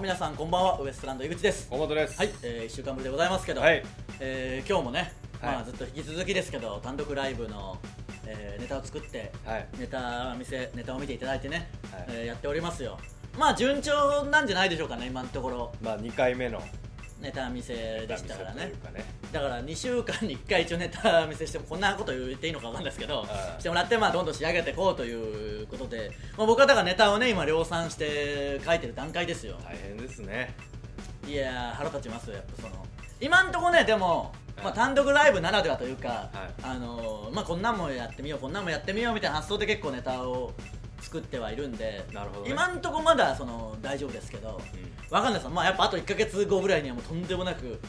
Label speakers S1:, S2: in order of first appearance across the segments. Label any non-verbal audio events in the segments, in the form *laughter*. S1: 皆さんこんばんはウエストランド井口です
S2: 小本です。
S1: はい、えー、1週間ぶりでございますけど、
S2: はい
S1: えー今日もね、
S2: はい
S1: まあ、ずっと引き続きですけど単独ライブの、えーネタを作って
S2: はい。
S1: ネタ見せネタを見ていただいてね、
S2: はい
S1: えーやっておりますよまあ順調なんじゃないでしょうかね今のところ
S2: まあ二回目の
S1: ネタ見せでしたから
S2: 見せ
S1: ね
S2: というかね。
S1: だから2週間に1回一応ネ *laughs* タ見せしてもこんなこと言っていいのか分かんないですけど
S2: はい
S1: してもらってまあどんどん仕上げていこうということで、まあ、僕はだからネタをね今量産して書いてる段階ですよ、
S2: 大変ですね。
S1: い、やー腹立ちますよやっぱその今んとこねでも、ま
S2: は
S1: あ、
S2: い
S1: 単独ライブならではというか、
S2: い
S1: あのーまあ、こんなんもやってみようこんなんもやってみようみたいな発想で結構ネタを作ってはいるんで
S2: なるほどね
S1: 今んとこまだその大丈夫ですけど、わかんないですまあやっぱあと1か月後ぐらいにはもうとんでもなく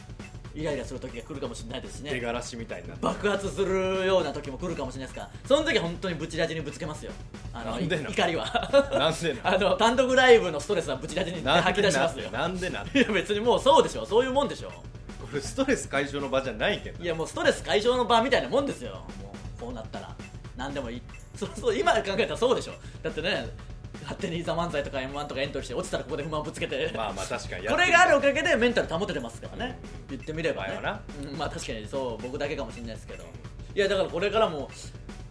S1: イライラする時が来るかもしれないですし
S2: 出
S1: ね
S2: がらしみたいになって。
S1: 爆発するような時も来るかもしれないですからその時は本当にブチラジにぶつけますよあの
S2: なんでない
S1: 怒りは
S2: なんでな
S1: *laughs* あの単独ライブのストレスはブチラジに
S2: なん
S1: 吐
S2: で
S1: き出し
S2: な
S1: ますよ
S2: なんでない
S1: や別にもうそうでしょそういうもんでしょ
S2: これストレス解消の場じゃないけど
S1: いやもうストレス解消の場みたいなもんですよもうこうなったら何でもいいそうそう今考えたらそうでしょだってね勝手に「ザ漫才とか「m 1とかエントリーして落ちたらここで不満ぶつけて、
S2: まあまあ確かにや
S1: こ
S2: って
S1: れ
S2: み
S1: があ
S2: た
S1: るおかげでメンタル保ててますからね言ってみればね
S2: お前は
S1: うんまあ確かにそう僕だけかもしれないですけどいやだからこれからも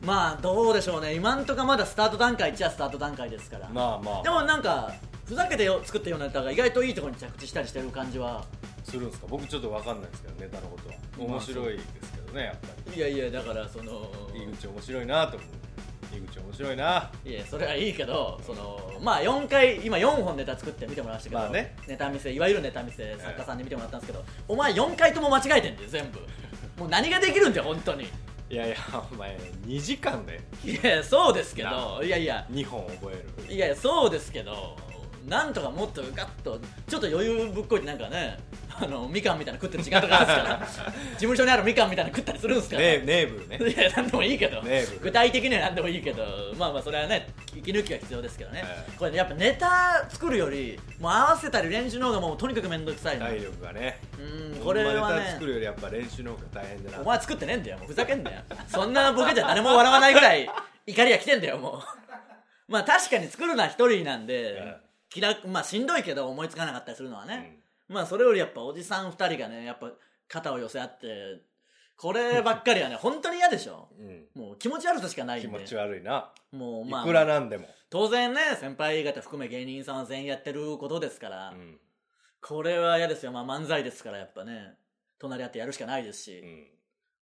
S1: まあどうでしょうね今んとこまだスタート段階っちゃスタート段階ですから、
S2: まあまあ
S1: でもなんかふざけてよ作ったようなネタが意外といいところに着地したりしてる感じは
S2: するんですか僕ちょっとわかんないですけどネタのことは
S1: まあ
S2: 面白いですけどねやっぱ
S1: いやいやだからその
S2: り井口面白いなと思う井口面白いない
S1: やそれはいいけどそのまあ4回今4本ネタ作って見てもらいましたけど、
S2: まあね
S1: ネタ見せいわゆるネタ見せ作家さんに見てもらったんですけど、お前4回とも間違えてんだよ
S2: *laughs*
S1: 全部もう何ができるんだよ本当に
S2: いやいやお前2時間で
S1: いやそうですけ
S2: な
S1: どいやいや
S2: 2本覚える
S1: いやいやそうですけどなんとかもっとガッとちょっと余裕ぶっこいてなんかねあのみかんみたいなの食ってる時間とかあるんですから
S2: *laughs*
S1: 事務所にあるみかんみたいなの食ったりするんですから、
S2: ねネーブルね
S1: *laughs* いや、なんでもいいけど、
S2: ねえ
S1: 具体的にはなんでもいいけど、まあまあ、それはね、息抜きは必要ですけどね、
S2: ええ
S1: これね、やっぱネタ作るより、もう合わせたり練習の方がもうとにかく面倒くさいの、
S2: 体力がね
S1: うん、これは
S2: ネタ
S1: ね
S2: 作、るよりやっぱ練習の方が大変だな
S1: お前作ってねえんだよ、もうふざけんなよ、そんなボケじゃ誰も笑わないぐらい、怒りが来てんだよ、もう。 *laughs* まあ、確かに作るのは一人なんで
S2: え、
S1: 気楽、まあ、しんどいけど、思いつかなかったりするのはね、まあ、それよりやっぱ、おじさん二人がね、やっぱ、肩を寄せ合って、こればっかり
S2: *laughs*
S1: はね、本当に嫌でしょ。
S2: うんうん
S1: もう気持ち悪さしかないん
S2: 気
S1: で
S2: 持ち悪いな
S1: もうまあ
S2: いくらなんでも
S1: 当然ね先輩方含め芸人さんは全員やってることですから、
S2: うん
S1: これは嫌ですよまあ漫才ですからやっぱね隣り合ってやるしかないです
S2: う
S1: し、
S2: ん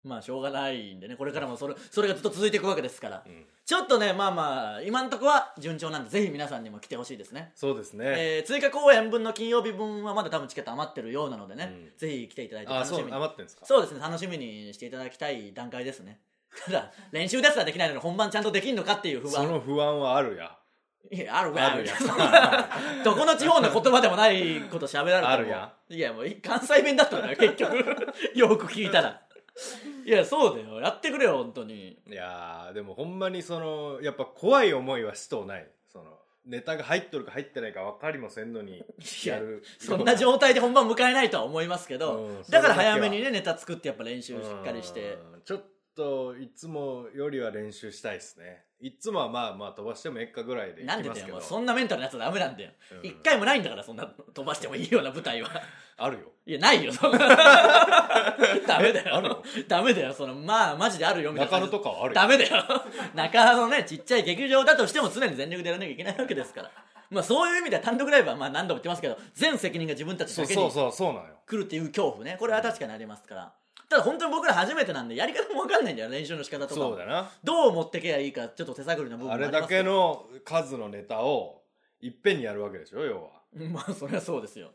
S1: まあしょうがないんでねこれからもそれそれがずっと続いていくわけですから、
S2: うん
S1: ちょっとねまあまあ今んとこは順調なんでぜひ皆さんにも来てほしいですね
S2: そうですね
S1: えー追加公演分の金曜日分はまだ多分チケット余ってるようなのでね、
S2: うん
S1: ぜひ来ていただいて
S2: あ
S1: 楽し
S2: そ
S1: み
S2: う
S1: に
S2: 余ってんですか
S1: そうですね楽しみにしていただきたい段階ですねただ練習ですらできないのに本番ちゃんとできんのかっていう不
S2: そ
S1: 安
S2: の不安はあるや
S1: いや、あるわ。
S2: あるや
S1: そんな *laughs* どこの地方の言葉でもないこと喋られても
S2: あるや
S1: いや、もうい関西弁だったんだ
S2: *laughs*
S1: よ、結局。よく聞いたら。いや、そうだよ。やってくれよ、本当に。
S2: いやーでもほんまにそのやっぱ怖い思いはしとうないそのネタが入っとるか入ってないか分かりもせんのに
S1: いや
S2: やる
S1: そんな状態で本番迎えないとは思いますけど、
S2: うん
S1: だから早めにね、ネタ作ってやっぱ練習しっかりして。
S2: うんちょっといつもよりは練習したいですねいつもはまあまあ飛ばしてもえっかぐらいでいき
S1: なんで
S2: ま
S1: だ
S2: す
S1: よ、
S2: け
S1: も
S2: ど
S1: うそんなメンタルなやつはダメなんだよ。
S2: うん
S1: 一、回もないんだから、そんな飛ばしてもいいような舞台は。
S2: あるよ
S1: いや、ないよ、そん
S2: *laughs*
S1: な。ダメだ
S2: えあるの
S1: よ。ダメだよ、その、まあ、マジであるよ、みたいな感
S2: 中野
S1: じ。
S2: とかはあるよ
S1: ダメだよ *laughs* 中野のねちっちゃい劇場だとしても常に全力でやらなきゃいけないわけですからまあそういう意味では単独ライブはまあ何度も言ってますけど全責任が自分たち
S2: そう
S1: だけ
S2: そ
S1: に
S2: うそうそうなんよ
S1: 来るっていう恐怖ねこれは確かにありますからただ本当に僕ら初めてなんでやり方も分かんないんだよ練習の仕方とか
S2: そ
S1: も
S2: うだな
S1: どう持ってけばいいかちょっと手探りの部分も
S2: あ
S1: あり
S2: れ
S1: ます
S2: だけ
S1: ど
S2: の数のネタをいっぺんにやるわけでしょ要は
S1: まあそれはそうですよ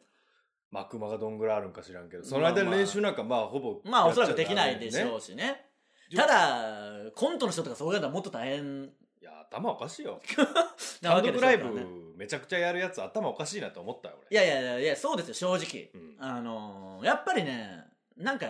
S2: 幕間がどんぐらいあるんか知らんけどその
S1: ま
S2: 間に
S1: あまあ
S2: 練習なんかまあほぼ
S1: まあおそら
S2: や
S1: く
S2: っちゃ
S1: できない
S2: ダ
S1: で
S2: メね
S1: しょうしねただコントの人とかそういうのはもっと大変
S2: いや頭おかしい
S1: *laughs*
S2: よ
S1: なわ
S2: 単
S1: けです
S2: 独
S1: か
S2: ライ
S1: ら、ね、
S2: ブめちゃくちゃやるやつ頭おかしいなと思ったよ
S1: いやいやいやいやそうですよ正直、
S2: うん
S1: あのーやっぱりねなんか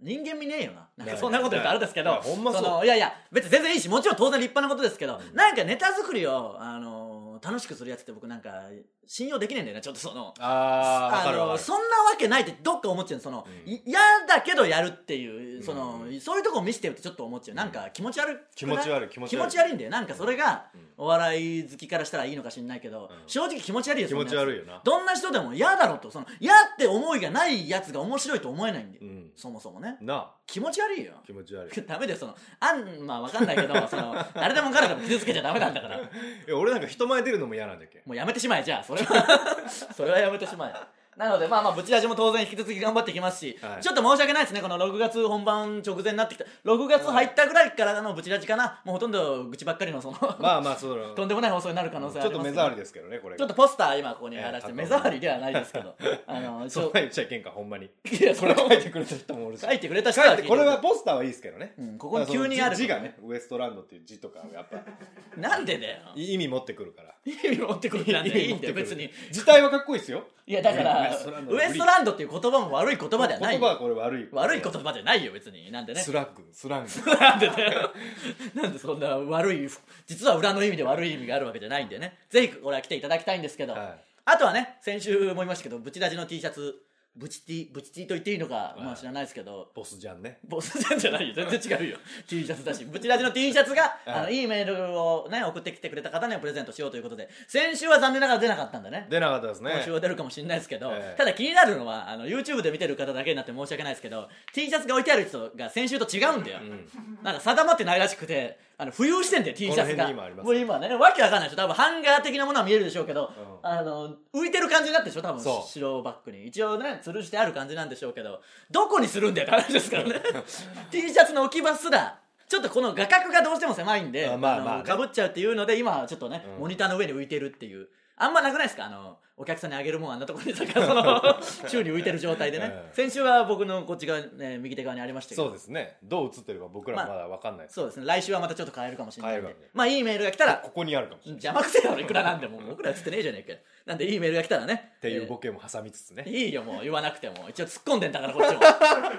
S1: 人間味ねえよななん
S2: ね
S1: か
S2: え
S1: そんなこと言うとあれですけど、
S2: ねえほんまそう
S1: のいやいや別に全然いいしもちろん当然立派なことですけど、
S2: うん
S1: なんかネタ作りを、あのー楽しくするやつって僕なんか信用できないんだよねちょっとその
S2: あーわかるわ
S1: の
S2: かる
S1: そんなわけないってどっか思っちゃうのその
S2: うん
S1: い嫌、だけどやるっていうその、
S2: う
S1: そういうとこ見せてるとちょっと思っちゃうなんか気持ち悪くない
S2: 気持ち悪い気持ち悪い
S1: 気持ち悪いんだよなんかそれが
S2: うん
S1: お笑い好きからしたらいいのか知んないけど、
S2: うん
S1: 正直気持ち悪いよ
S2: 気持ち悪
S1: い
S2: いよな
S1: どんな人でも嫌だろとその嫌って思いがないやつが面白いと思えないんだよ、
S2: うん
S1: そもそもね
S2: なあ
S1: 気持ち悪いよ *laughs*
S2: 気持ち悪い
S1: ダメだよそのあんまあわかんないけどその誰でも彼でも傷つけちゃダメなんだから
S2: いや俺なんか人前出るのも嫌なんだっけ
S1: *laughs* もうやめてしまえじゃあそれは
S2: *laughs*
S1: それはやめてしまえなのでまあまあブチラジも当然引き続き頑張っていきますし、
S2: はい
S1: ちょっと申し訳ないですねこの6月本番直前になってきた6月入ったぐらいからのブチラジかなもうほとんど愚痴ばっかりのその、
S2: まあまあその
S1: とんでもない放送になる可能性あ
S2: ちょっ
S1: り
S2: と
S1: ます
S2: 目
S1: けど
S2: 障りですけどねこれ
S1: ちょっとポスター今ここに貼らせて
S2: ええ
S1: 目障りではないですけどあのち
S2: そん
S1: ょ
S2: *laughs* な言っちゃいけんかほんまに
S1: いやそ
S2: こ
S1: れ
S2: れ
S1: を
S2: 書いてくれた人もおるし
S1: 書いてくれた人
S2: 書
S1: はい聞い
S2: て
S1: て
S2: これはポスターはいいですけどね、
S1: うんここに急にある
S2: その字字がねウエストランドっていう字とかや
S1: *laughs*
S2: っぱ
S1: なんでだよ
S2: 意味持ってくるから
S1: 意味持ってくる気なんでいいんだよ別に
S2: 字体はかっこいいですよ
S1: いやだから
S2: ウエストランドの
S1: ウエストランドっていう言葉も悪い言葉ではない
S2: 言
S1: よ
S2: 葉はこれ悪い
S1: 悪い言葉じゃないよ別になんでね
S2: スラッグ
S1: *laughs*
S2: スラング
S1: なんでだよ *laughs* なんでそんな悪い実は裏の意味で悪い意味があるわけじゃないんでねぜひこれは来ていただきたいんですけど、
S2: はい
S1: あとはね先週も言いましたけどブチラジの T シャツブチティブチティと言っていいのか、まあ
S2: はい
S1: 知らないですけど
S2: ボスじゃんね
S1: ボスじゃんじゃないよ全然違うよ T シャツだしブチラジの T シャツが、い、あのいいメールをね送ってきてくれた方にはプレゼントしようということで先週は残念ながら出なかったんだね
S2: 出なかったです
S1: 今
S2: ね
S1: 週は出るかもしれないですけど、
S2: ええ
S1: ただ気になるのはあの YouTube で見てる方だけになって申し訳ないですけど T シャツが置いてある人が先週と違うんだよ、なんか定まってないらしくてあの浮遊してんだよ T シャツが
S2: この辺に今あります
S1: もう今ねわけわかんないでしょ多分ハンガー的なものは見えるでしょうけど、
S2: う
S1: あの浮いてる感じになってるでしょ多分
S2: そう
S1: 白バッグに一応ね吊るしてある感じなんでしょうけどどこにするんだよって話ですから
S2: *laughs*
S1: ね T シャツの置き場すらちょっとこの画角がどうしても狭いんで
S2: あまあまあね
S1: の被っちゃうっていうので今はちょっとね、
S2: うん
S1: モニターの上に浮いてるっていうあんまなくないですかあのお客さんにあげるもんあんなところにさその *laughs* 宙に浮いてる状態でね、
S2: ええ
S1: 先週は僕のこっち側、ね、右手側にありましたけど
S2: そうですねどう映ってるか僕らもまだ分かんないです、
S1: そうですね来週はまたちょっと変えるかもしれないん
S2: 変
S1: で
S2: えるかもね
S1: まあいいメールが来たら
S2: ここにあるかもしれない
S1: 邪魔くせえだろいくらなんでも僕ら映ってねえじゃねえかよなんでいいメールが来たらね
S2: っていう
S1: えー
S2: ボケも挟みつつね、
S1: いいよもう言わなくても一応突っ込んでんだからこ
S2: *laughs*
S1: っちも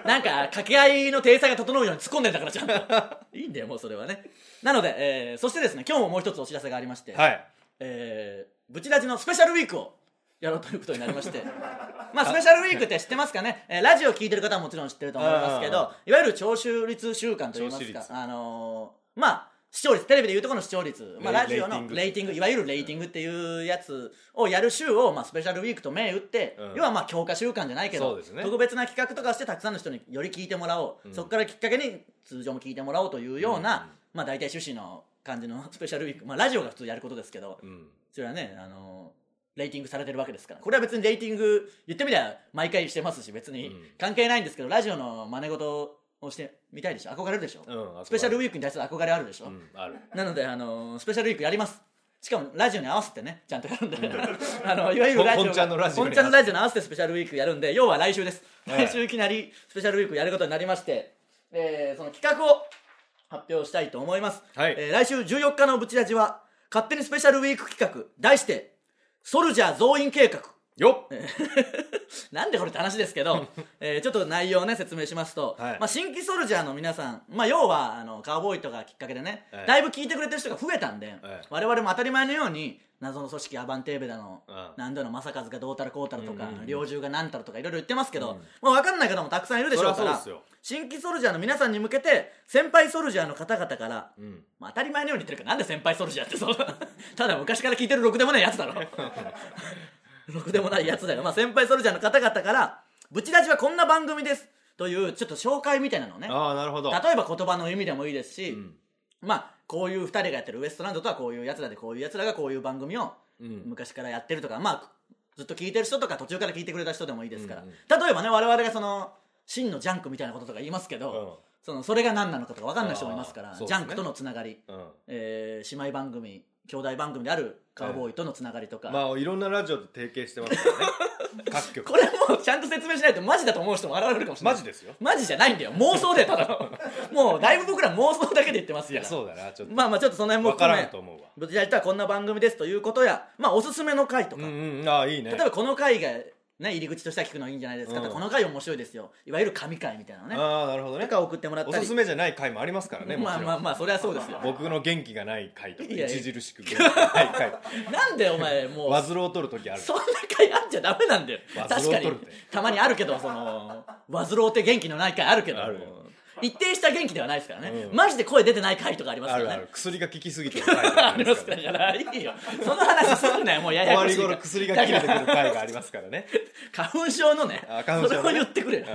S1: なんか掛け合いの体裁が整うように突っ込んでんだからちゃんといいんだよもうそれはねなので、えーそしてですね今日ももう一つお知らせがありまして、
S2: はい
S1: えーブチラジのスペシャルウィークをやろうということになりまして
S2: *laughs*
S1: まあスペシャルウィークって知ってますかね、えーラジオ聞いてる方はもちろん知ってると思いますけど
S2: あ
S1: いわゆる聴取率週間といいま
S2: 聴
S1: す
S2: 取
S1: か
S2: 率
S1: あのーまあ視聴率テレビでいうとこの視聴率、まあ、
S2: レイ
S1: ラジオの
S2: レーティング
S1: レーティングいわゆるレーティングっていうやつをやる週を、まあ、スペシャルウィークと銘打って、
S2: うん
S1: 要はまあ強化週間じゃないけ
S2: そ
S1: ど、
S2: うですね
S1: 特別な企画とかをしてたくさんの人により聞いてもらおう、
S2: うん
S1: そこからきっかけに通常も聞いてもらおうというような、
S2: うんうん
S1: まあ、大体趣旨の感じのスペシャルウィーク、まあ、ラジオが普通やることですけど、
S2: うん、
S1: それはね、あのレーティングされてるわけですからこれは別にレーティング言ってみりゃ毎回してますし別
S2: う
S1: に
S2: ん
S1: 関係ないんですけど、ラジオの真似事をしてみたいでしょ憧れるでしょ、
S2: うん、
S1: スペシャルウ
S2: ウィ
S1: ィークに対する憧れあるでしょ、
S2: ーク、うん、ある
S1: *laughs* なので、あのスペシャルウィークやりますしかもラジオに合わせてねちゃんとやるんで、 *laughs* あのいわゆるラジオが
S2: 本ちゃんのラジオに
S1: 本ちゃんのラジオに合わせてスペシャルウィークやるんで要は来週です
S2: ええ
S1: 来週いきなりスペシャルウィークやることになりまして、えーその企画を発表したいと思います、
S2: はい
S1: えー来週14日のブチラジは勝手にスペシャルウィーク企画題してソルジャー増員計画
S2: よっ、
S1: なんでこれって話ですけ
S2: *laughs*
S1: ど、えーちょっと内容をね説明しますと、
S2: はい
S1: まあ、新規ソルジャーの皆さん、まあ、要はあのカウボーイとかきっかけでね、
S2: はい
S1: だいぶ聞いてくれてる人が増えたんで、
S2: い
S1: 我々も当たり前のように謎の組織アバンテーベだの、
S2: うん
S1: なんだの正和がどうたらこうたらとか、
S2: うんうんうん
S1: 猟銃がなんたらとかいろいろ言ってますけど、
S2: うん
S1: まあ、分かんない方もたくさんいるでしょうか
S2: そりゃ
S1: ら
S2: そうですよ
S1: 新規ソルジャーの皆さんに向けて先輩ソルジャーの方々から
S2: うん、
S1: まあ、当たり前のように言ってるからなんで先輩ソルジャーってそう *laughs* ただ昔から聞いてるろくでもないやつだろ *laughs* ろくでもないやつだよ、まあ、先輩ソルジャーの方々から「ブチラジはこんな番組です」というちょっと紹介みたいなのをね
S2: ああなるほど、
S1: 例えば言葉の意味でもいいですし、
S2: うん
S1: まあこういう2人がやってるウエストランドとはこういうやつらでこういうやつらがこういう番組を
S2: うん、
S1: 昔からやってるとかまあずっと聞いてる人とか途中から聞いてくれた人でもいいですから、
S2: うんうん
S1: 例えばね我々がその真のジャンクみたいなこととか言いますけど、そのそれが何なのかとか分かんない人もいますから、
S2: あーそう
S1: ジ
S2: です
S1: ャ
S2: ね
S1: ンクとのつながり
S2: うん
S1: えー姉妹番組兄弟番組であるカウボーイとのつながりとか、
S2: まあいろんなラジオと提携してますからね各局
S1: これもうちゃんと説明しないとマジだと思う人も現れるかもしれない
S2: マジですよ
S1: マジじゃないんだよ妄想でただ
S2: *laughs*
S1: のもうだいぶ僕ら妄想だけで言ってます
S2: い
S1: よ
S2: *laughs* やそうだなちょっと、
S1: まあまあちょっとその辺も
S2: 分からんと思うわ
S1: ぶちラジとはこんな番組ですということやまあおすすめの回とか、
S2: うんうんああいいね
S1: 例えばこの回がね、入り口としては聞くのいいんじゃないですか、
S2: うん
S1: この回面白いですよいわゆる神回みたいなのね
S2: ああなるほどね
S1: とか送ってもらっ
S2: お
S1: た
S2: す
S1: り
S2: すめじゃない回もありますからねもち
S1: まあ
S2: ろん、
S1: まあまあそれはそうですよ
S2: 僕の元気がない回とか
S1: いやいや
S2: 著しく元気がない
S1: *laughs*
S2: 回
S1: なんでお前
S2: *laughs*
S1: もう
S2: わずろを取る時ある
S1: そんな回あっちゃダメなんだよ
S2: 煩わ
S1: 確
S2: し
S1: か
S2: 取
S1: に
S2: るって
S1: たまにあるけどそのわずろうって元気のない回あるけど
S2: あるよ
S1: 一定した元気ではないですからね、
S2: うん
S1: マジで声出てない回とかありますか
S2: あ
S1: ら
S2: る
S1: ね
S2: ある薬が効きすぎてる回とか
S1: あ
S2: あ
S1: り
S2: り
S1: ま
S2: ますす
S1: か
S2: からら
S1: だからいいよその話するなよもうや
S2: 終
S1: や
S2: わ
S1: こし
S2: り
S1: いから
S2: 頃薬が切れてくる回がありますからね
S1: 花粉症のね
S2: あ花粉症のね
S1: それを言ってくれよ、
S2: う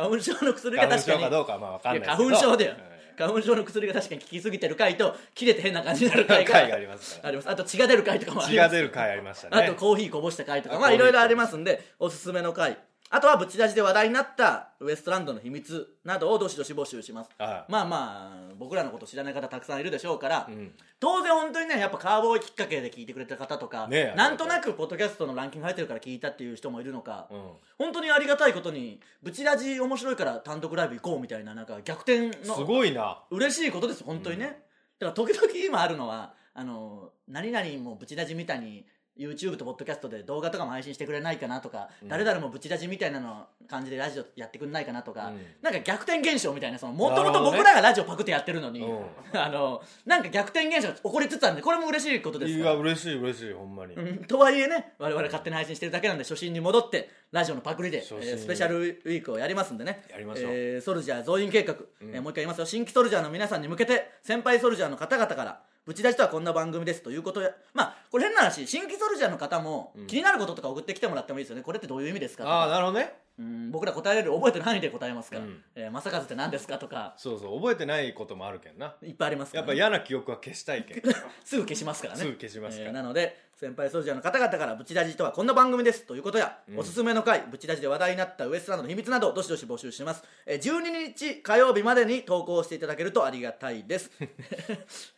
S1: 花粉症の薬が確
S2: 花粉
S1: か
S2: 症
S1: に
S2: かどうかはまあわかんない
S1: い
S2: で
S1: や
S2: すけど
S1: 花粉症だよ、
S2: はい
S1: 花粉症の薬が確かに効きすぎてる回と切れて変な感じになる回が
S2: 回がありますから
S1: ありますあと血が出る回とかもあり
S2: 血
S1: ま
S2: が
S1: す
S2: 出る回ありました
S1: あ
S2: ね
S1: とコーヒーこぼした回とか
S2: あ
S1: まあ
S2: コーヒ
S1: い
S2: ー
S1: ろいろありますんでおすすめの回あとはブチラジで話題になったウエストランドの秘密などをどしどし募集します
S2: ああ
S1: まあまあ僕らのこと知らない方たくさんいるでしょうから、
S2: うん
S1: 当然本当にねやっぱカーボーイきっかけで聞いてくれた方とか、
S2: ねえありがとう
S1: なんとなくポッドキャストのランキング入ってるから聞いたっていう人もいるのか、
S2: うん
S1: 本当にありがたいことにブチラジ面白いから単独ライブ行こうみたいななんか逆転
S2: す
S1: の
S2: ごいな
S1: 嬉しいことです本当にね、だから時々今あるのはあの何々もブチラジみたいに YouTube とポッドキャストで動画とかも配信してくれないかなとか、
S2: うん
S1: 誰々もブチラジみたいなの感じでラジオやってくんないかなとか、
S2: うん
S1: なんか逆転現象みたいなそのもとも
S2: なる
S1: と
S2: ほどね
S1: 僕らがラジオパクってやってるのに、
S2: う
S1: *laughs* あのなんか逆転現象が起こりつつあるんでこれも嬉しいことです
S2: い
S1: から
S2: や嬉しい嬉しいほんまに
S1: うんとはいえね我々勝手に配信してるだけなんで初心に戻ってラジオのパクリで、え
S2: 初心
S1: ースペシャルウィークをやりますんでね
S2: やりましょう
S1: えーソルジャー増員計画、
S2: ん
S1: えーもう一回言いますよ新規ソルジャーの皆さんに向けて先輩ソルジャーの方々からぶち出しとはこんな番組ですということやまあこれ変な話新規ソルジャーの方も気になることとか送ってきてもらってもいいですよねこれってどういう意味ですかと
S2: ああ
S1: か
S2: なるほどね
S1: うん僕ら答える覚えてる範囲で答えますから
S2: うん
S1: 「えー正和って何ですか?」とか
S2: そうそう覚えてないこともあるけんない
S1: っぱいありますか
S2: や
S1: らね、
S2: っぱ嫌な記憶は消したい
S1: *laughs*
S2: けん
S1: すぐ消しますからね
S2: すぐ消しますから
S1: えーなので先輩ソルジャーの方々から「ブチラジとはこんな番組です」ということや、
S2: ん
S1: おすすめの回「ブチラジで話題になったウエストランドの秘密などどしどし募集します、えー12日火曜日までに投稿していただけるとありがたいです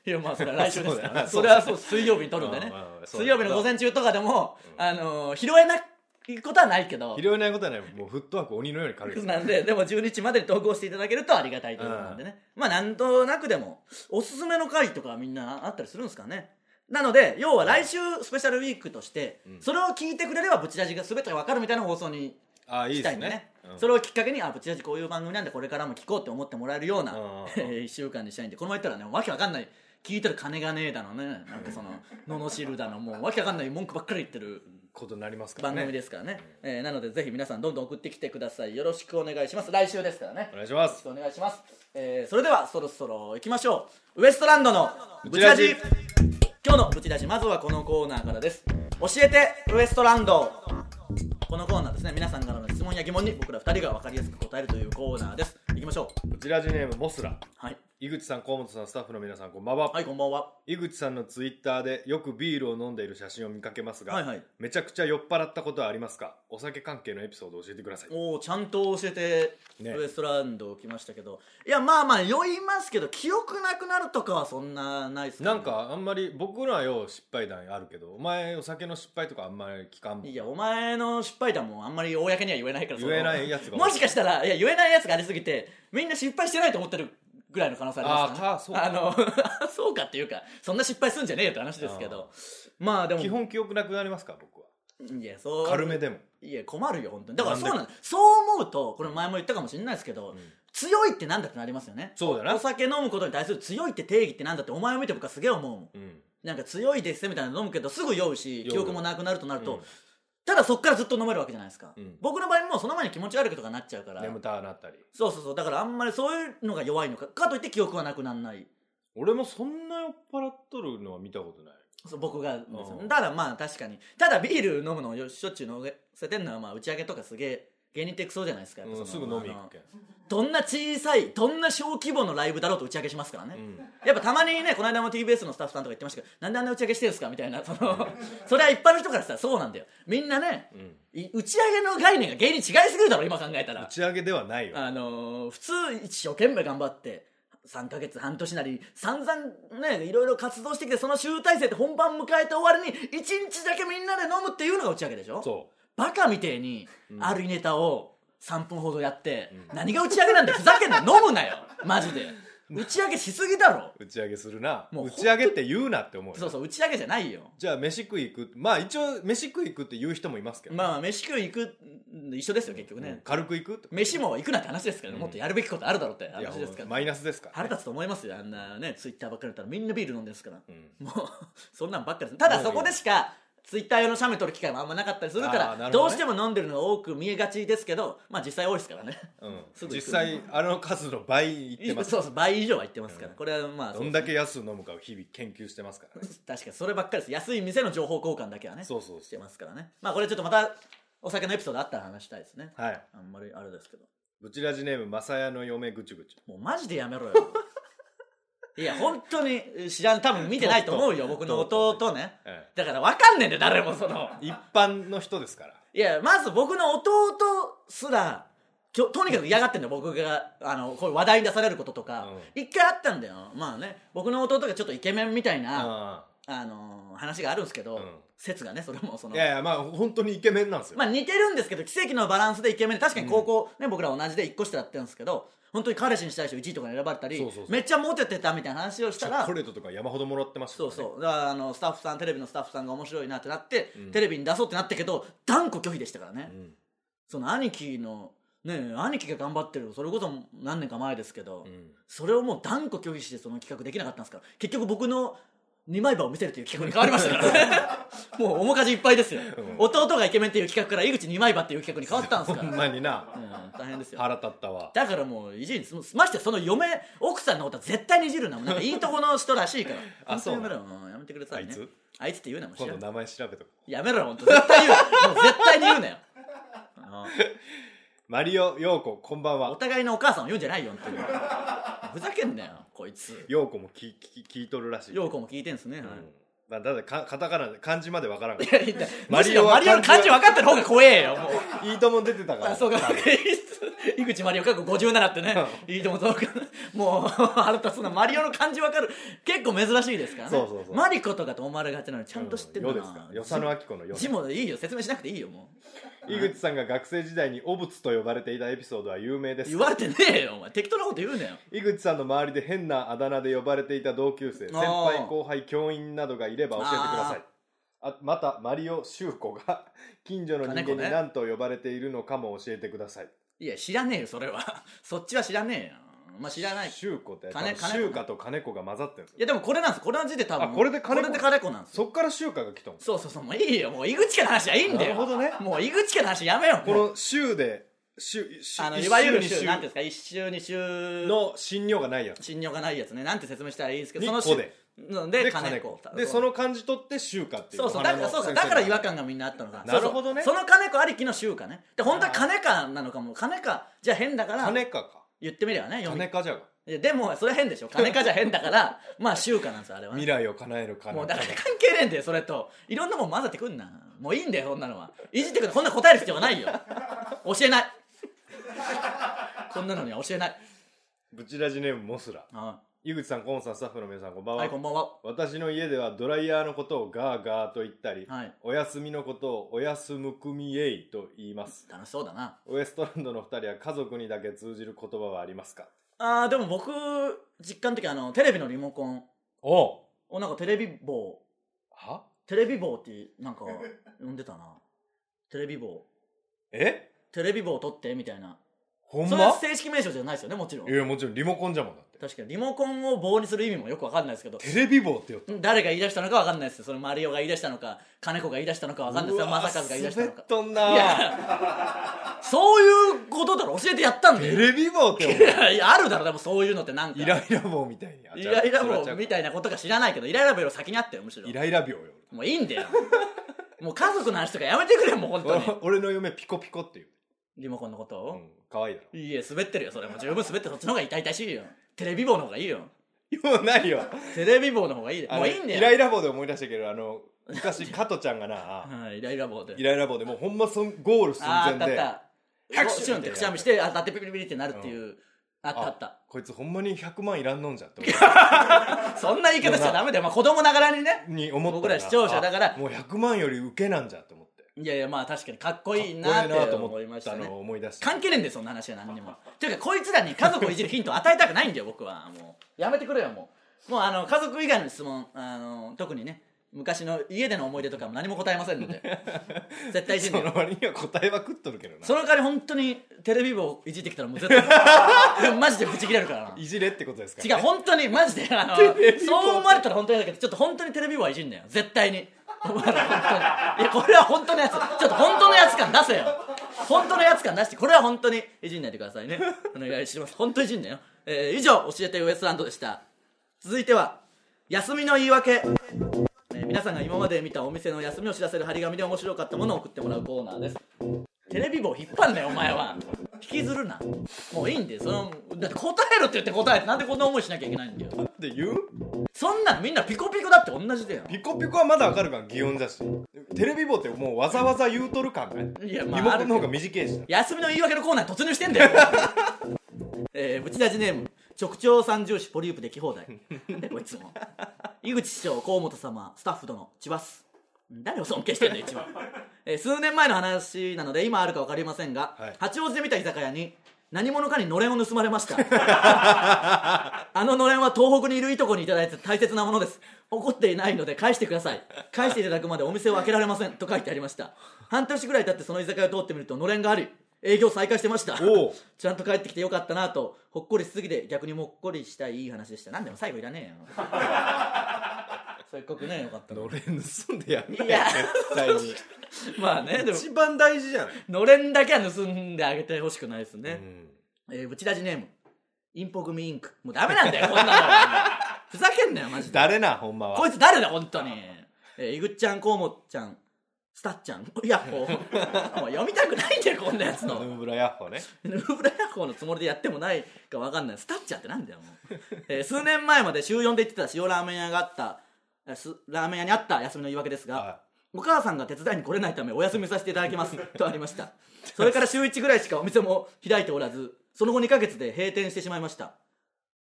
S1: いやまあそれは来週ですからねそ
S2: そう
S1: れ
S2: だ
S1: はそう水曜日に撮るんでね
S2: うんうんうんそう
S1: 水曜日の午前中とかでも、あのー拾えないことはないけど
S2: 拾えないことはないもうフットワーク鬼のように軽いです
S1: なんででも12日までに投稿していただけるとありがたいということなんでね、まあなんとなくでもおすすめの回とかみんなあったりするんですかねなので要は来週スペシャルウィークとして、
S2: ん
S1: それを聞いてくれればブチラジが全てが分かるみたいな放送に
S2: ああい
S1: し
S2: いで
S1: た
S2: す
S1: いんでね
S2: ねうん
S1: それをきっかけにあブチラジこういう番組なんでこれからも聞こうって思ってもらえるような、
S2: うんうんうん
S1: *laughs* 1週間にしたいんでこの前言ったらねわけわかんない聞いてる金がねえだのねなんかその *laughs* 罵るだのもうわけわかんない文句ばっかり言ってる
S2: ことになりますから
S1: 番
S2: ね
S1: 組ですからね、えーなのでぜひ皆さんどんどん送ってきてくださいよろしくお願いします来週ですからね
S2: お願いしま
S1: よろし
S2: す
S1: くお願いします、えーそれではそろそろ行きましょうウエストランドのブチラジ
S2: ブチ
S1: 今日のブチラジまずはこのコーナーからです教えてウエストランドこのコーナーですね皆さんからの質問や疑問に僕ら2人が分かりやすく答えるというコーナーです行きましょう
S2: こちらジネームモスラ
S1: はい
S2: 井口さん河本さんスタッフの皆さんこんばんは、
S1: はいこんばんは
S2: 井口さんのツイッターでよくビールを飲んでいる写真を見かけますが、
S1: はいはい
S2: めちゃくちゃ酔っ払ったことはありますかお酒関係のエピソードを教えてください
S1: おーちゃんと教えて、
S2: ね
S1: ウエストランド来ましたけどいやまあまあ酔いますけど記憶なくなるとかはそんなないっすね
S2: なんかあんまり僕らはよう失敗談あるけどお前お酒の失敗とかあんまり聞かんもん
S1: いやお前の失敗談もあんまり公には言えないからその
S2: 言えないやつが多い
S1: もしかしたらいや言えないやつがありすぎてみんな失敗してないと思ってるぐらいの可能性ありますから、ね、
S2: あーかそうか
S1: あの *laughs* そうかっていうかそんな失敗すんじゃねえよって話ですけどまあでも
S2: 基本記憶なくなりますか僕はい
S1: やそう
S2: 軽めでも
S1: いや困るよ本当にだから
S2: なん
S1: そ
S2: で
S1: うなんそう思うとこれ前も言ったかもしれないですけど、強いってなんだってなりますよね
S2: そうだ
S1: お
S2: な
S1: 酒飲むことに対する強いって定義ってなんだってお前を見て僕はすげえ思うもん
S2: うん
S1: なんか強いですみたいなの飲むけどすぐ酔うし
S2: 酔う
S1: 記憶もなくなるとなると、
S2: うん
S1: ただそっからずっと飲めるわけじゃないですか、
S2: うん
S1: 僕の場合もうその前に気持ち悪いことがなっちゃうから
S2: 眠たくなったり
S1: そうそうそうだからあんまりそういうのが弱いのかかといって記憶はなくならない
S2: 俺もそんな酔っ払っとるのは見たことない
S1: そう僕がですよ
S2: うん
S1: ただまあ確かにただビール飲むのをよしょっちゅう飲せてんのはまあ打ち上げとかすげえ芸人ってクソじゃないですか、やっぱ
S2: うんす
S1: その
S2: ぐ飲みに
S1: あ
S2: 行
S1: の
S2: くけん
S1: どんな小さいどんな小規模のライブだろうと打ち上げしますからね、
S2: うん
S1: やっぱたまにねこの間も TBS のスタッフさんとか言ってましたけどなんであんな打ち上げしてるんですかみたいなその *laughs* それは一般の人からしたらそうなんだよみんなね
S2: うん
S1: い打ち上げの概念が芸人違いすぎるだろ今考えた
S2: 打
S1: ら
S2: ち上げではないよ
S1: あのー普通一生懸命頑張って3ヶ月半年なり散々ねいろいろ活動してきてその集大成って本番迎えて終わりに1日だけみんなで飲むっていうのが打ち上げでしょ
S2: そ
S1: バカみてえに
S2: ん
S1: あるネタを3分ほどやって、
S2: うん *laughs*
S1: 何が打ち上げなんだよふざけんな飲むなよマジで打ち上げしすぎだろ
S2: 打ち上げするな
S1: もう
S2: 打ち上げって言うなって思うよ
S1: そうそう打ち上げじゃないよ
S2: じゃあ飯食い行くまあ一応飯食い行くって言う人もいますけど、
S1: まあまあ飯食い行く一緒ですよ結局
S2: うん
S1: ね、
S2: 軽く行くって
S1: 飯も行くなって話ですから、ね
S2: うん
S1: もっとやるべきことあるだろうって
S2: いや
S1: 話ですから、
S2: マイナスですから
S1: 腹
S2: ね、
S1: 立つと思いますよあんなねツイッターばっかりだったらみんなビール飲んでるんですから
S2: うん
S1: もう *laughs* そんなんばっかりですただそこでしかツイッター用の写メ撮る機会もあんまなかったりするか
S2: あ
S1: ら
S2: ーなるほどね
S1: どうしても飲んでるのが多く見えがちですけどまあ実際多いですからね
S2: うん
S1: すぐ行く
S2: 実際あの数の倍行ってます
S1: そうそう倍以上は行ってますから、
S2: うん
S1: これはまあ
S2: どんだけ安飲むかを日々研究してますからね
S1: 確かにそればっかりです安い店の情報交換だけはね
S2: そうそう
S1: し
S2: そ
S1: てますからねまあこれちょっとまたお酒のエピソードあったら話したいですね
S2: うはい
S1: あんまりあれですけど
S2: ブチラジネームマサヤの嫁ぐちぐち
S1: もうマジでやめ *laughs* ろよいや本当に知らん多分見てないと思うよ
S2: とうと
S1: 僕
S2: う
S1: の弟ね
S2: ええ
S1: だから分かんねえんだよ誰もその
S2: 一般の人ですから
S1: いやまず僕の弟すらきょとにかく嫌がってんだよ僕があのこういう話題に出されることとか一、回あったんだよまあね僕の弟がちょっとイケメンみたいな、
S2: あ
S1: あのー話があるんですけど、
S2: うん
S1: 説がねそれもそ
S2: あ
S1: の
S2: いやいやまあ本当にイケメンなんですよ、
S1: まあ似てるんですけど奇跡のバランスでイケメンで確かに高校、ね僕ら同じで1個下だったんですけど本当に彼氏にしたい人1位とかに選ばれたり
S2: そうそうそう
S1: めっちゃモテてたみたいな話をし
S2: チ
S1: た
S2: ョ
S1: ら
S2: コレートとか山ほどもらってましたか
S1: そ
S2: ら
S1: う
S2: ね
S1: そうだからあのスタッフさんテレビのスタッフさんが面白いなってなって、
S2: うん
S1: テレビに出そうってなったけど断固拒否でしたからね、
S2: うん
S1: その兄貴のね兄貴が頑張ってるそれこそ何年か前ですけど、
S2: うん
S1: それをもう断固拒否してその企画できなかったんですから結局僕の二枚刃を見せるという企画に変わりました
S2: *laughs*
S1: からねもう面かじいっぱいですよ、
S2: うん
S1: 弟がイケメンっていう企画から井口二枚刃っていう企画に変わったんです
S2: ほ
S1: か
S2: ん
S1: ら、
S2: まにな
S1: うん、大変ですよ
S2: 腹立ったわ
S1: だからもういじりましてその嫁奥さんのことは絶対にいじるなもうなんかいいとこの人らしいから
S2: あそう
S1: 本当にやめろようんやめてくださいね
S2: あいつ
S1: あいつって言うなもう知ら
S2: 今度
S1: ん
S2: 名前調べとこう
S1: やめろよ本当絶対言うもう絶対に言うなよあ
S2: マリオ陽子こんばん
S1: お
S2: は
S1: 互いのお母さんを言うんじゃないよ本当にふざけんなよこいつ
S2: 陽子も聞聞聞いとるらしい
S1: ようこも聞いてんすね、は
S2: う
S1: い
S2: んまあ、だってかカタカナ漢字までわからんか
S1: いや、いや *laughs*
S2: マ
S1: マ
S2: リ
S1: リ
S2: オ
S1: オ
S2: は
S1: マリオの漢字分かってる方が怖えよ、もう。
S2: らいいとも出てたから
S1: あ、そうか、
S2: 多分
S1: *laughs* 井口マリオ過去57ってね、いいともそうか、もう、 *laughs* あなたそんなマリオの漢字分かる、結構珍しいですからね。
S2: そうそうそう
S1: マリコとかと思われがちなのに、ちゃんと知ってる
S2: よ
S1: ん
S2: で
S1: だ
S2: すか
S1: な。
S2: 与謝野明子のよ
S1: 字もいいよ、説明しなくていいよ、もう。
S2: 井口さんが学生時代にお仏と呼ばれていたエピソードは有名です
S1: 言われてねえよ、お前。適当なこと言うなよ。
S2: 井口さんの周りで変なあだ名で呼ばれていた同級生先輩後輩教員などがいれば教えてくださいあまたマリオ修子が近所の人間に
S1: 金子ね
S2: 何と呼ばれているのかも教えてください
S1: いや、知らねえよ、それは。 *laughs* そっちは知らねえよ。まあ、知らない。い
S2: 修子って多
S1: 金
S2: 分
S1: 金子
S2: 修華と金子が混ざってるんですよ
S1: や、でもこれなんですこの字で多分。
S2: あこれで金子
S1: これで金子なんですよ
S2: そっから修華が来たんです
S1: そうそうそう、もういいよ、もう井口家の話はいいんだよ。
S2: なるほどね
S1: もう井口家の話やめよ、
S2: この修で修修
S1: あの
S2: 一
S1: いわゆる
S2: に
S1: 週なんていうんですか一週二週
S2: の信尿がないやつ
S1: 信用がないやつねなんて説明したらいいんですけど
S2: に
S1: その
S2: 子で
S1: ので
S2: で
S1: 金
S2: 金
S1: 子
S2: 子でその漢字取って修華っていう
S1: そうそう
S2: お
S1: だ
S2: 花
S1: から
S2: の
S1: そうか
S2: 先生
S1: だ
S2: の
S1: から違和感がみんなあったのか
S2: なるほどね
S1: そうそうその金子ありきの週かねで本当は金かなのかも金かじゃ変だから
S2: 金かか
S1: 言ってみればね読み
S2: 金かじゃが
S1: いやでもそれは変でしょ金かじゃ変だから
S2: *laughs*
S1: まあ週かなんですよあれはね
S2: 未来を叶える金
S1: もう
S2: か
S1: だから関係ねえんだよそれといろんなもん混ざってくんなもういいんだよそんなのはいじってくるこんな答える必要はないよ教えないこんなのには教えない
S2: ブチラジネームモスラ
S1: は
S2: 井口さん、コンさん、スタッフの皆さん、こんばん
S1: い
S2: は。
S1: はいこんばんは
S2: 私の家ではドライヤーのことをガーガーと言ったり、
S1: はい
S2: おやすみのことをおやすむくみえいと言います。
S1: 楽しそうだな
S2: ウエストランドの二人は家族にだけ通じる言葉はありますか
S1: あーでも僕実家の時あのテレビのリモコン
S2: お
S1: をなんかテレビ棒
S2: は
S1: テレビ棒ってなん *laughs* か呼んでたなテレビ棒
S2: え
S1: テレビ棒取ってみたいな、
S2: ほん
S1: それは
S2: ま
S1: 正式名称じゃないですよねもちろん
S2: いや、もちろんリモコンじゃもんだって。
S1: 確かにリモコンを棒にする意味もよくわかんないですけど
S2: テレビ棒ってよ。
S1: 誰が言い出したのかわかんないですよそれマリオが言い出したのか金子が言い出したのかわかんないですよ
S2: うわ
S1: 正和が言い出したの
S2: 滑
S1: か
S2: っとん
S1: い
S2: な
S1: やそういうことだろ教えてやったんだ
S2: テ
S1: *laughs* よ
S2: レビ棒ってお
S1: い
S2: 前
S1: やいやあるだろでもそういうのってなんか
S2: イライラ棒みたいに。あ
S1: イライラ
S2: 違う違
S1: 棒
S2: う
S1: みたいなことか知らないけどイライラ棒より先にあったよむしろ
S2: イライラ病よ。
S1: もういいんだよ *laughs* もう家族の話とかやめてくれもう本当
S2: *laughs*
S1: に
S2: 俺俺の嫁ピコピコっていう。
S1: リモコンのこと
S2: う
S1: を、
S2: ん、かわ *laughs* いいだろ。
S1: いいえ滑ってるよそれもう十分滑ってそっちの方が痛々しいよテレビ棒の方がいいよ
S2: ようないよ。
S1: テレビ棒の方がいいで
S2: あの
S1: もういいんだよ
S2: イライラ棒で思い出したけど
S1: *laughs*
S2: あの昔加トちゃんがな
S1: はい、イライラ棒で
S2: イライラ棒でもうほんまそんゴール寸
S1: あーあっ
S2: 前
S1: たあっ
S2: で
S1: た
S2: 拍手
S1: シュンってくしゃみして当たってピリピリってなるっていう、あったあった
S2: こいつほんまに100万いらんのんじゃって思っ
S1: *laughs* そんな言い方しちゃダメだよ、まあ、子供ながらにね
S2: たに思ったな
S1: 僕ら視聴者だから
S2: あもう100万よりウケなんじゃって思って
S1: いやいやまあ確かにかっこいい
S2: か
S1: な
S2: っ
S1: っ
S2: こいいな
S1: て
S2: と
S1: 思い
S2: 思
S1: ま
S2: っ
S1: した
S2: た
S1: ね
S2: のを思い出して
S1: 関係ねえんだよそんな話は何にもていうかこいつらに家族をいじるヒントを与えたくないんだよ僕はもうやめてくれよもうもうあの家族以外の質問あの特にね昔の家での思い出とかも何も答えませんの *laughs* で絶対いじん
S2: そ
S1: なよ
S2: の割には答えは食っとるけどな
S1: その代わり本当にテレビ部をいじってきたらもう絶対 *laughs* でもマジでブチ切れるからない
S2: じれってことですか
S1: 違う
S2: ら、ね、
S1: 本当にマジであの
S2: レビ部
S1: そう思われたら本当にだけどちょっと本当にテレビ部はいじんなよ絶対にお前ら本当にいやこれは本当のやつちょっと本当のやつ感出せよ本当のやつ感出してこれは本当にいじんないでくださいねお願いします本当いじんなよ、えー以上教えてウエストランドでした続いては休みの言い訳えー皆さんが今まで見たお店の休みを知らせる張り紙で面白かったものを送ってもらうコーナーですテレビ棒引っ張んなよお前は引きずるなもういいんだよそのだって答えろって言って答えてなんでこんな思いしなきゃいけないんだよ
S2: で言う
S1: そんなのみんなピコピコだって同じだよ
S2: ピコピコはまだわかるが擬音だしテレビ棒ってもうわざわざ言うとる感ない
S1: いやまあ
S2: リモコンの方が短い *laughs* しな
S1: 休みの言い訳のコーナーに突入してんだよえー、ぶち出しネーム直腸三重視ポリープでき放題なんでこいつも井口師匠河本様スタッフ殿千葉っす誰を尊敬してんだよ一番、えー数年前の話なので今あるか分かりませんが、
S2: はい
S1: 八王子で見た居酒屋に何者かにのれんを盗まれましたあののれんは東北にいるいとこにいただいて大切なものです怒っていないので返してください返していただくまでお店を開けられませんと書いてありました半年ぐらい経ってその居酒屋を通ってみるとのれんがあり営業再開してました
S2: おう
S1: ちゃんと帰ってきてよかったなとほっこりしすぎて逆にもっこりしたいいい話でしたなんでも最後いらねえよ *laughs* せっかくねよかったの
S2: の
S1: に
S2: れん盗んでやんない
S1: いや
S2: 絶対に
S1: まあ *laughs* ねでも
S2: 一番大事じゃない、
S1: *laughs* のれんだけは盗んであげてほしくないですね、
S2: うん
S1: えー、ブチラジネームインポ組インクもうダメなんだよこんなのお前ふざけんなよマジで
S2: 誰なほんま
S1: こ
S2: はい
S1: つ誰だ本当にえー、いぐっちゃんこうもちゃんスタッちゃんいやほうもう読みたくないんだよこんなやつ
S2: ヌ
S1: の
S2: ーブラヤッホね
S1: ヌーブラヤホーのつもりでやってもないか分かんないスタッチャーってなんだよもう、えー数年前まで週4で行ってた塩ラーメン屋があったえーすラーメン屋にあった休みの言い訳ですが、
S2: は
S1: お母さんが手伝いに来れないためお休みさせていただきますとありましたそれから週1ぐらいしかお店も開いておらずその後2ヶ月で閉店してしまいました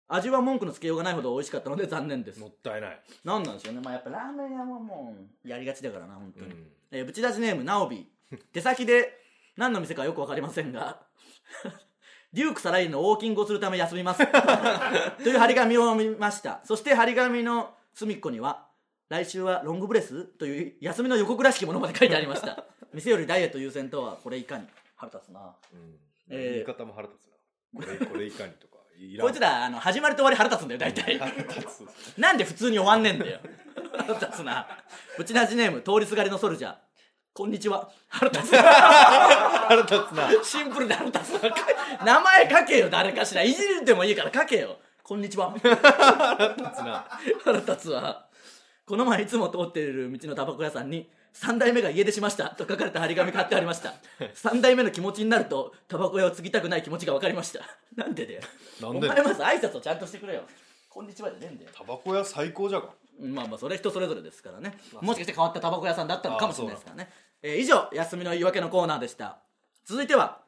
S1: 味は文句のつけようがないほど美味しかったので残念です
S2: もったいない、
S1: なんなんでしょうねまあやっぱラーメン屋はもうやりがちだからな本当
S2: う
S1: に、
S2: ん、
S1: えー、ぶち出しネームナオビ手先で何の店かよく分かりませんが *laughs* デュークサラインのウォーキングをするため休みます *laughs* という張り紙を見ましたそして張り紙の隅っこには「来週はロングブレス?」という休みの予告らしきものまで書いてありました
S2: *laughs*
S1: 店よりダイエット優先とはこれいかに腹立つな
S2: うん
S1: えー
S2: 言い方も腹立つなこれこれいかにとかいらん
S1: こいつらあの始まりと終わり腹立つんだよ大体
S2: 腹立つ
S1: なんで普通に終わんねえんだよ腹立つなぶちなじネーム通りすがりのソルジャーこんにちは腹立つ
S2: 腹立つな
S1: シンプルで腹立つな名前書けよ誰かしらいじるでもいいから書けよこんにちは
S2: 腹立つな
S1: 腹立つわこの前いつも通っている道のタバコ屋さんに3代目が家出しましたと書かれた張り紙買ってありました3代目の気持ちになるとタバコ屋を継ぎたくない気持ちが分かりましたなんでだよ
S2: なんで
S1: お前まず挨拶をちゃんとしてくれよこんにちはじゃねえんだよ
S2: タバコ屋最高じゃが
S1: まあまあそれは人それぞれですからねもしかして変わったタバコ屋さんだったのかもしれないですからね、えー以上休みの言い訳のコーナーでした続いては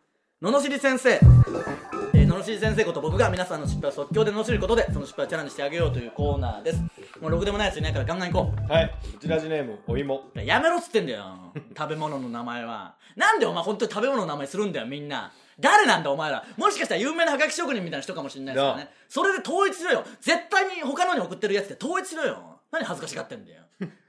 S1: 罵り先生えー、ののしり先生こと僕が皆さんの失敗を即興でののしることでその失敗をチャレンジしてあげようというコーナーですもうろくでもないやついないからガンガン行こう
S2: はいうちラジネームお芋
S1: やめろっつってんだよ食べ物の名前はなんでお前本当に食べ物の名前するんだよみんな誰なんだお前らもしかしたら有名なハガキ職人みたいな人かもしれないですから
S2: な
S1: ねそれで統一しろよ絶対に他のに送ってるやつで統一しろよ何恥ずかしがってんだよ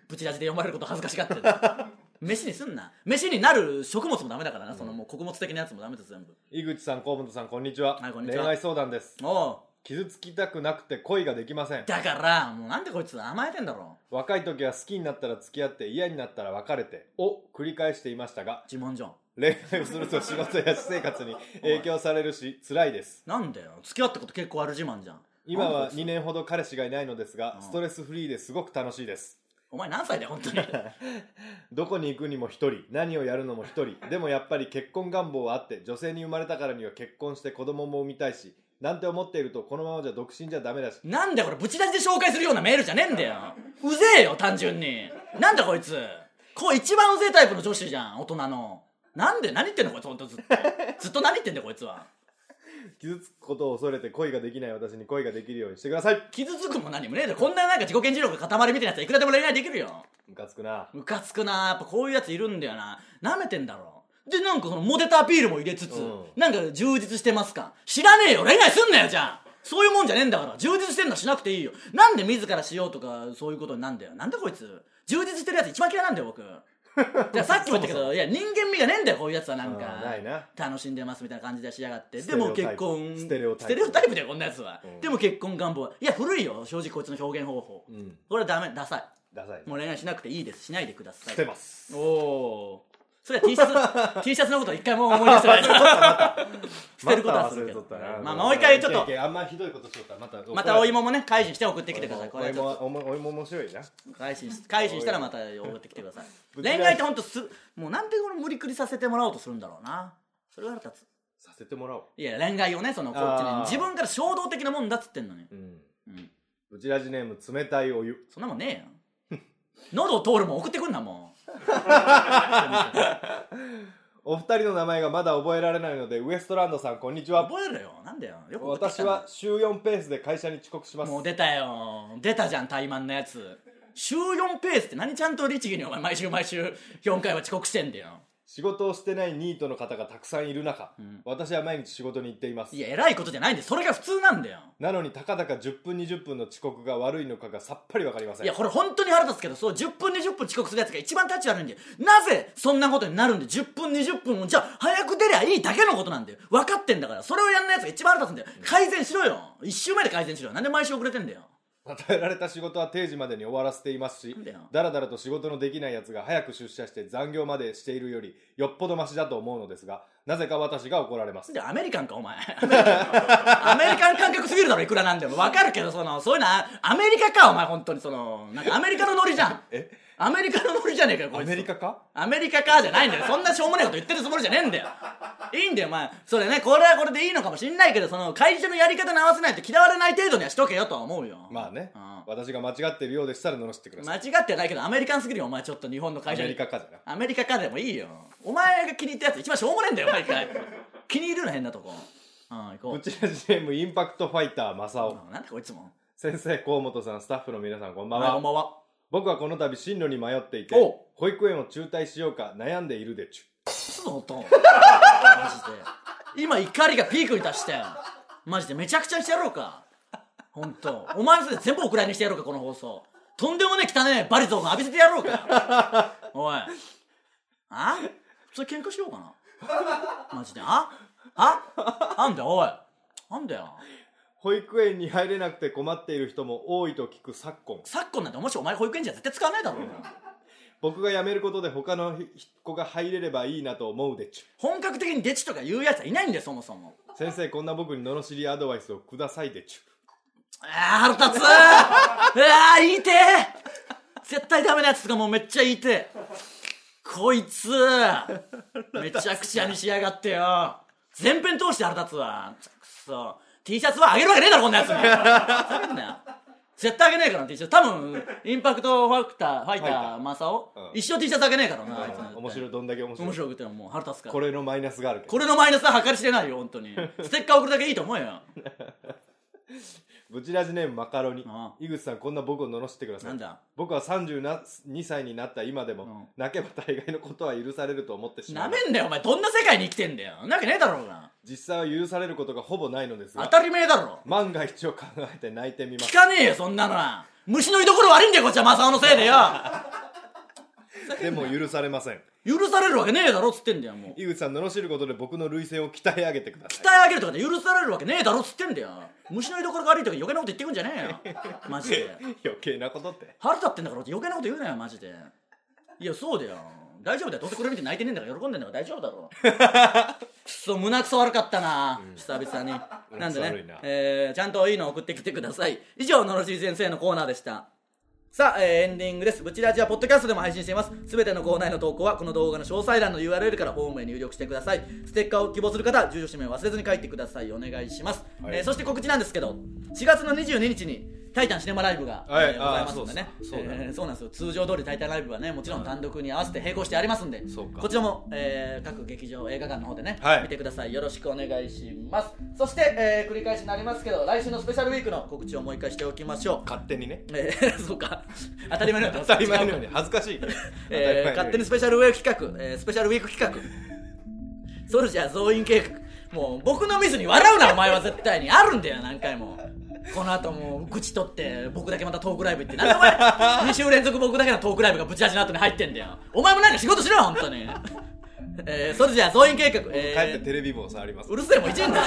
S1: ブチラジで読まれること恥ずかしがってんだよ飯にすんな飯になる食物もダメだからな、そのもう穀物的なやつもダメです全部
S2: 井口さん河本さんこんにちは,、
S1: はいこんにちは
S2: 恋愛相談です
S1: おう
S2: 傷つきたくなくて恋ができません
S1: だからもうなんでこいつ甘えてんだろ
S2: 若い時は好きになったら付き合って嫌になったら別れてを繰り返していましたが
S1: 自慢じゃん
S2: 恋愛をすると仕事や私生活に影響されるし辛いです
S1: なんだよ付き合ったこと結構ある自慢じゃん
S2: 今
S1: なんだ
S2: は
S1: こいつ
S2: 2年ほど彼氏がいないのですが
S1: うん
S2: ストレスフリーですごく楽しいです
S1: お前何歳だよ本当に
S2: どこに行くにも一人何をやるのも一
S1: *laughs*
S2: 人でもやっぱり結婚願望はあって女性に生まれたからには結婚して子供も産みたいしなんて思っているとこのままじゃ独身じゃダメだし
S1: なんだよこれぶち出しで紹介するようなメールじゃねえんだようぜえよ単純になんだこいつこう一番うぜえタイプの女子じゃん大人のなんで何言ってんのこいつほんとずっとずっと何言ってんだよこいつは
S2: 傷つくことを恐れて恋ができない私に恋ができるようにしてください
S1: 傷つくも何もねえだろこんななんか自己顕示力塊みたいなやつはいくらでも恋愛できるよ
S2: ムカつくな
S1: ムカつくなやっぱこういうやついるんだよな舐めてんだろでなんかそのモテたアピールも入れつつ、
S2: うん
S1: なんか充実してますか知らねえよ恋愛すんなよじゃあそういうもんじゃねえんだから充実してんのはしなくていいよなんで自らしようとかそういうことになんだよなんだこいつ充実してるやつ一番嫌いなんだよ
S2: *laughs*
S1: 僕じゃあさっきも言ったけどいや人間味がねえんだよこういうやつはなんか
S2: うんないな
S1: 楽しんでますみたいな感じでしやがって
S2: ス
S1: で
S2: テレオ
S1: も
S2: タイプ
S1: 結婚
S2: ステレオタイプ
S1: タイプだよこんなやつは、
S2: うん
S1: でも結婚願望はいや古いよ正直こいつの表現方法、
S2: うん
S1: これはダメダサい
S2: ダサい
S1: もう恋愛しなくていいですしないでください
S2: 捨てます
S1: おおーそれは T シ
S2: *laughs*
S1: ャツ T シャツのこと一回も思い出せない捨てることはするけど
S2: また忘れとったな
S1: まあ、まあもう一回ちょっ
S2: い
S1: と
S2: けいけあんまひどいことしとったらまた
S1: またお芋もね改心して送ってきてくださいこ
S2: お
S1: れち
S2: 芋
S1: ょっ
S2: はお芋お芋面白いな
S1: と改心し改心したらまた送ってきてください
S2: ぶち
S1: 恋
S2: 返し
S1: 愛ってほんとすもうなんでこの無理くりさせてもらおうとするんだろうなそれが腹立つ
S2: させてもらおう
S1: いや恋愛をねそのこっちに
S2: あー
S1: 自分から衝動的なもんだっつってんのに、
S2: うん *laughs*
S1: うん、
S2: うちラジネーム冷たいお湯
S1: そんなもんねえよ喉を通るもん送ってくんなもう
S2: お二人の名前がまだ覚えられないのでウエストランドさんこんにちは
S1: 覚えろよなんだよよく送ってき
S2: 私
S1: たな
S2: は週4ペースで会社に遅刻します
S1: もう出たよ出たじゃん怠慢のやつ週4ペースって何ちゃんと律儀にお前毎週毎週4回は遅刻してんだよ
S2: 仕事をしてないニートの方がたくさんいる中、
S1: ん
S2: 私は毎日仕事に行っています
S1: いや偉いことじゃないんだよそれが普通なんだよ
S2: なのにたかだか10分20分の遅刻が悪いのかがさっぱりわかりません
S1: いやこれ本当に腹立つけどそう10分20分遅刻するやつが一番タッチ悪いんだよなぜそんなことになるんで10分20分もじゃあ早く出りゃいいだけのことなんだよ分かってんだからそれをやんないやつが一番腹立つんだよ改善しろよ1週目で改善しろよなんで毎週遅れてんだよ
S2: 与えられた仕事は定時までに終わらせていますし
S1: んだよ
S2: だらだらと仕事のできないやつが早く出社して残業までしているよりよっぽどマシだと思うのですがなぜか私が怒られます
S1: でアメリカンかお前 *laughs* アメリカンアメリカン感覚すぎるだろいくらなんでもわかるけどそのそういうのあアメリカかお前本当にそのなんかアメリカのノリじゃん
S2: え
S1: アメリカのノリじゃねえかよこ
S2: ア
S1: いつ
S2: メリカか
S1: アメリカかじゃないんだよそんなしょうもないこと言ってるつもりじゃねえんだよいいんだよお前それねこれはこれでいいのかもしんないけどその会社のやり方に合わせないと嫌われない程度にはしとけよとは思うよ
S2: まあね、
S1: うん
S2: 私が間違っているようでしたら罵ってくださ
S1: 間
S2: い
S1: 違ってはないけどアメリカンすぎるよお前ちょっと日本の
S2: ア
S1: 会社
S2: メ
S1: に
S2: リカかじゃな
S1: アメリカかでもいいよお前が気に入ったやつ一番しょうもねえんだよ毎回気に入るの変なとこうん行こう
S2: うちらジネームインパクトファイター正雄
S1: なんだこいつも。
S2: 先生河本さんスタッフの皆さんこんばん
S1: はい
S2: は、
S1: こんばんは。
S2: 僕はこの度進路に迷っていて
S1: お
S2: 保育園を中退しようか悩んでいるでちゅ
S1: すぐ音。マジで。今怒りがピークに達したよ。マジでめちゃくちゃにしてやろうか。ほんと。お前のせいで全部お蔵入りにしてやろうか、この放送。とんでもねえ汚ねえバリゾーン浴びせてやろうか。おい。あそれ喧嘩しようかな。マジで。ああなんだよ、おい。なんだよ。
S2: 保育園に入れなくて困っている人も多いと聞く昨今
S1: 昨今なんてもしお前保育園じゃ絶対使わないだろ。
S2: 僕が辞めることで他の子が入れればいいなと思うでちゅ
S1: 本格的にデチとか言うやつはいないんだよ、そもそも。
S2: 先生こんな僕に罵りアドバイスをくださいでちゅ
S1: あー腹立つあー言いてえ絶対ダメなやつとかもうめっちゃ言いてえこいつめちゃくちゃにしやがってよ全編通して腹立つわくそ T シャツはあげるわけねえだろこんなやつにふざけんなよ絶対あげねえからな T シャツ多分インパクトファクターファイタ
S2: ファイタ
S1: ーマサオ
S2: うん
S1: 一生 T シャツあげねえからなあいつ
S2: あ
S1: な
S2: ー面白いどんだけ面白い
S1: 面白くてももう腹立つから
S2: これのマイナスがあるけど
S1: これのマイナスは計り知れないよ本当にステッカー送るだけいいと思うよ
S2: ブチラジネームマカロニ
S1: あ
S2: 井口さんこんな僕を罵ってください
S1: なんだ
S2: 僕は32歳になった今でも、
S1: ん
S2: 泣けば大概のことは許されると思ってしま
S1: な
S2: う
S1: めんなよお前どんな世界に生きてんだよなわけねえだろうが
S2: 実際は許されることがほぼないのです
S1: 当
S2: が
S1: たり前だろ
S2: 万が一を考えて泣いてみま
S1: 聞
S2: す
S1: かねえよそんなのは虫の居所悪いんだよこっちはマサオのせいでよ
S2: でも許されません
S1: 許されるわけねえだろっつってんだよもう
S2: 井口さん罵ることで僕の類腺を鍛え上げてください
S1: 鍛え上げるとかで許されるわけねえだろっつってんだよ虫の居所が悪いとか余計なこと言ってくんじゃねえよマジで
S2: 余計なことって
S1: 腹立ってんだからって余計なこと言うなよマジでいやそうだよ大丈夫だよどうせこれ見て泣いてねえんだから喜んでんだから大丈夫だろくそ胸くそ悪かったな、久々になんで
S2: 胸くそ悪
S1: ね
S2: いな
S1: えーちゃんといいの送ってきてください以上のろしい先生のコーナーでしたさあ、えーエンディングです。ブチラジはポッドキャストでも配信しています。すべてのコーナーへの投稿は、この動画の詳細欄の URL からフォームへ入力してください。ステッカーを希望する方は、住所氏名を忘れずに書いてください。お願いします。
S2: はい
S1: えーそして告知なんですけど、4月の22日に、タイタンシネマライブが、
S2: はい
S1: えーございますのでね。
S2: あーそうそうそうだね
S1: えーそうなんですよ。通常通りタイタンライブはね、もちろん単独に合わせて並行してありますんで、
S2: そうか
S1: こちらも、えー各劇場、映画館の方でね、
S2: はい
S1: 見てください。よろしくお願いします。そして、えー繰り返しになりますけど、来週のスペシャルウィークの告知をもう一回しておきましょう。
S2: 勝手にね
S1: えー、そうか当たり前のように
S2: 当たり前のように恥ずかしいけど、 *laughs*
S1: えー勝手にスペシャルウェイク企画、えースペシャルウィーク企画ソルジャー増員計画もう僕のミスに笑うなお前は絶対にあるんだよ何回もこの後もう愚痴取って僕だけまたトークライブ行ってなんで
S2: *laughs*
S1: お前2週連続僕だけのトークライブがぶち味の後に入ってんだよお前も何か仕事しろよ本当に、えーソルジャー増員計画、えー
S2: 帰ってテレビも触ります
S1: うるせえもういじんなよ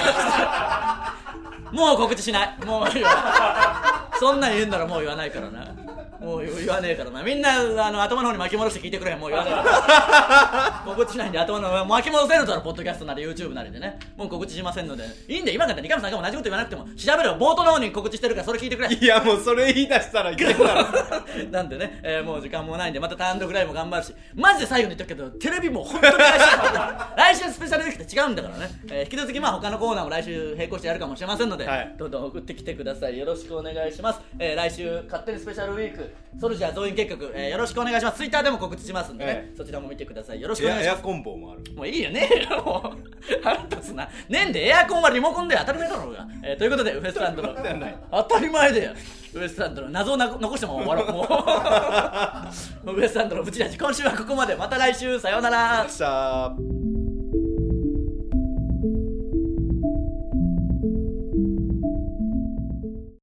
S1: もう告知しないもう言わないそんなん言うんならもう言わないからなもう言わねえからなみんなあの頭の方に巻き戻して聞いてくれもう言わないから告知しないんで頭の方に巻き戻せるだろポッドキャストなり YouTube なりでねもう告知しませんのでいいんで今から二上さんが同じこと言わなくても調べろよ冒頭の方に告知してるからそれ聞いてくれ
S2: いやもうそれ言い出したらいけるだろ
S1: *laughs* なんでね、えーもう時間もないんでまた単独ライブも頑張るしマジで最後に言っとくけどテレビも本当に来週
S2: *laughs*
S1: 来週スペシャルウィークって違うんだからね、えー引き続きまあ他のコーナーも来週並行してやるかもしれませんので、
S2: はい
S1: どんどん送ってきてくださいよろしくお願いします、えー来週勝手にスペシャルウィークソルジャー増員計画、えーよろしくお願いしますツイッターでも告知しますんでね、
S2: え
S1: そちらも見てくださいよろしくお
S2: エ
S1: 願い
S2: ア
S1: し
S2: エ
S1: ま
S2: ア
S1: す
S2: コンボもある
S1: もういいよね *laughs* えよもう腹立つなねえんでエアコンはリモコンで当たり前だろうが、えーということでウエストランドの
S2: そんなことはない
S1: 当たり前だよウエストランドの謎をなこ残しても終わろう *laughs* もうウエストランドのブチラジ今週はここまでまた来週さようなら
S2: さあ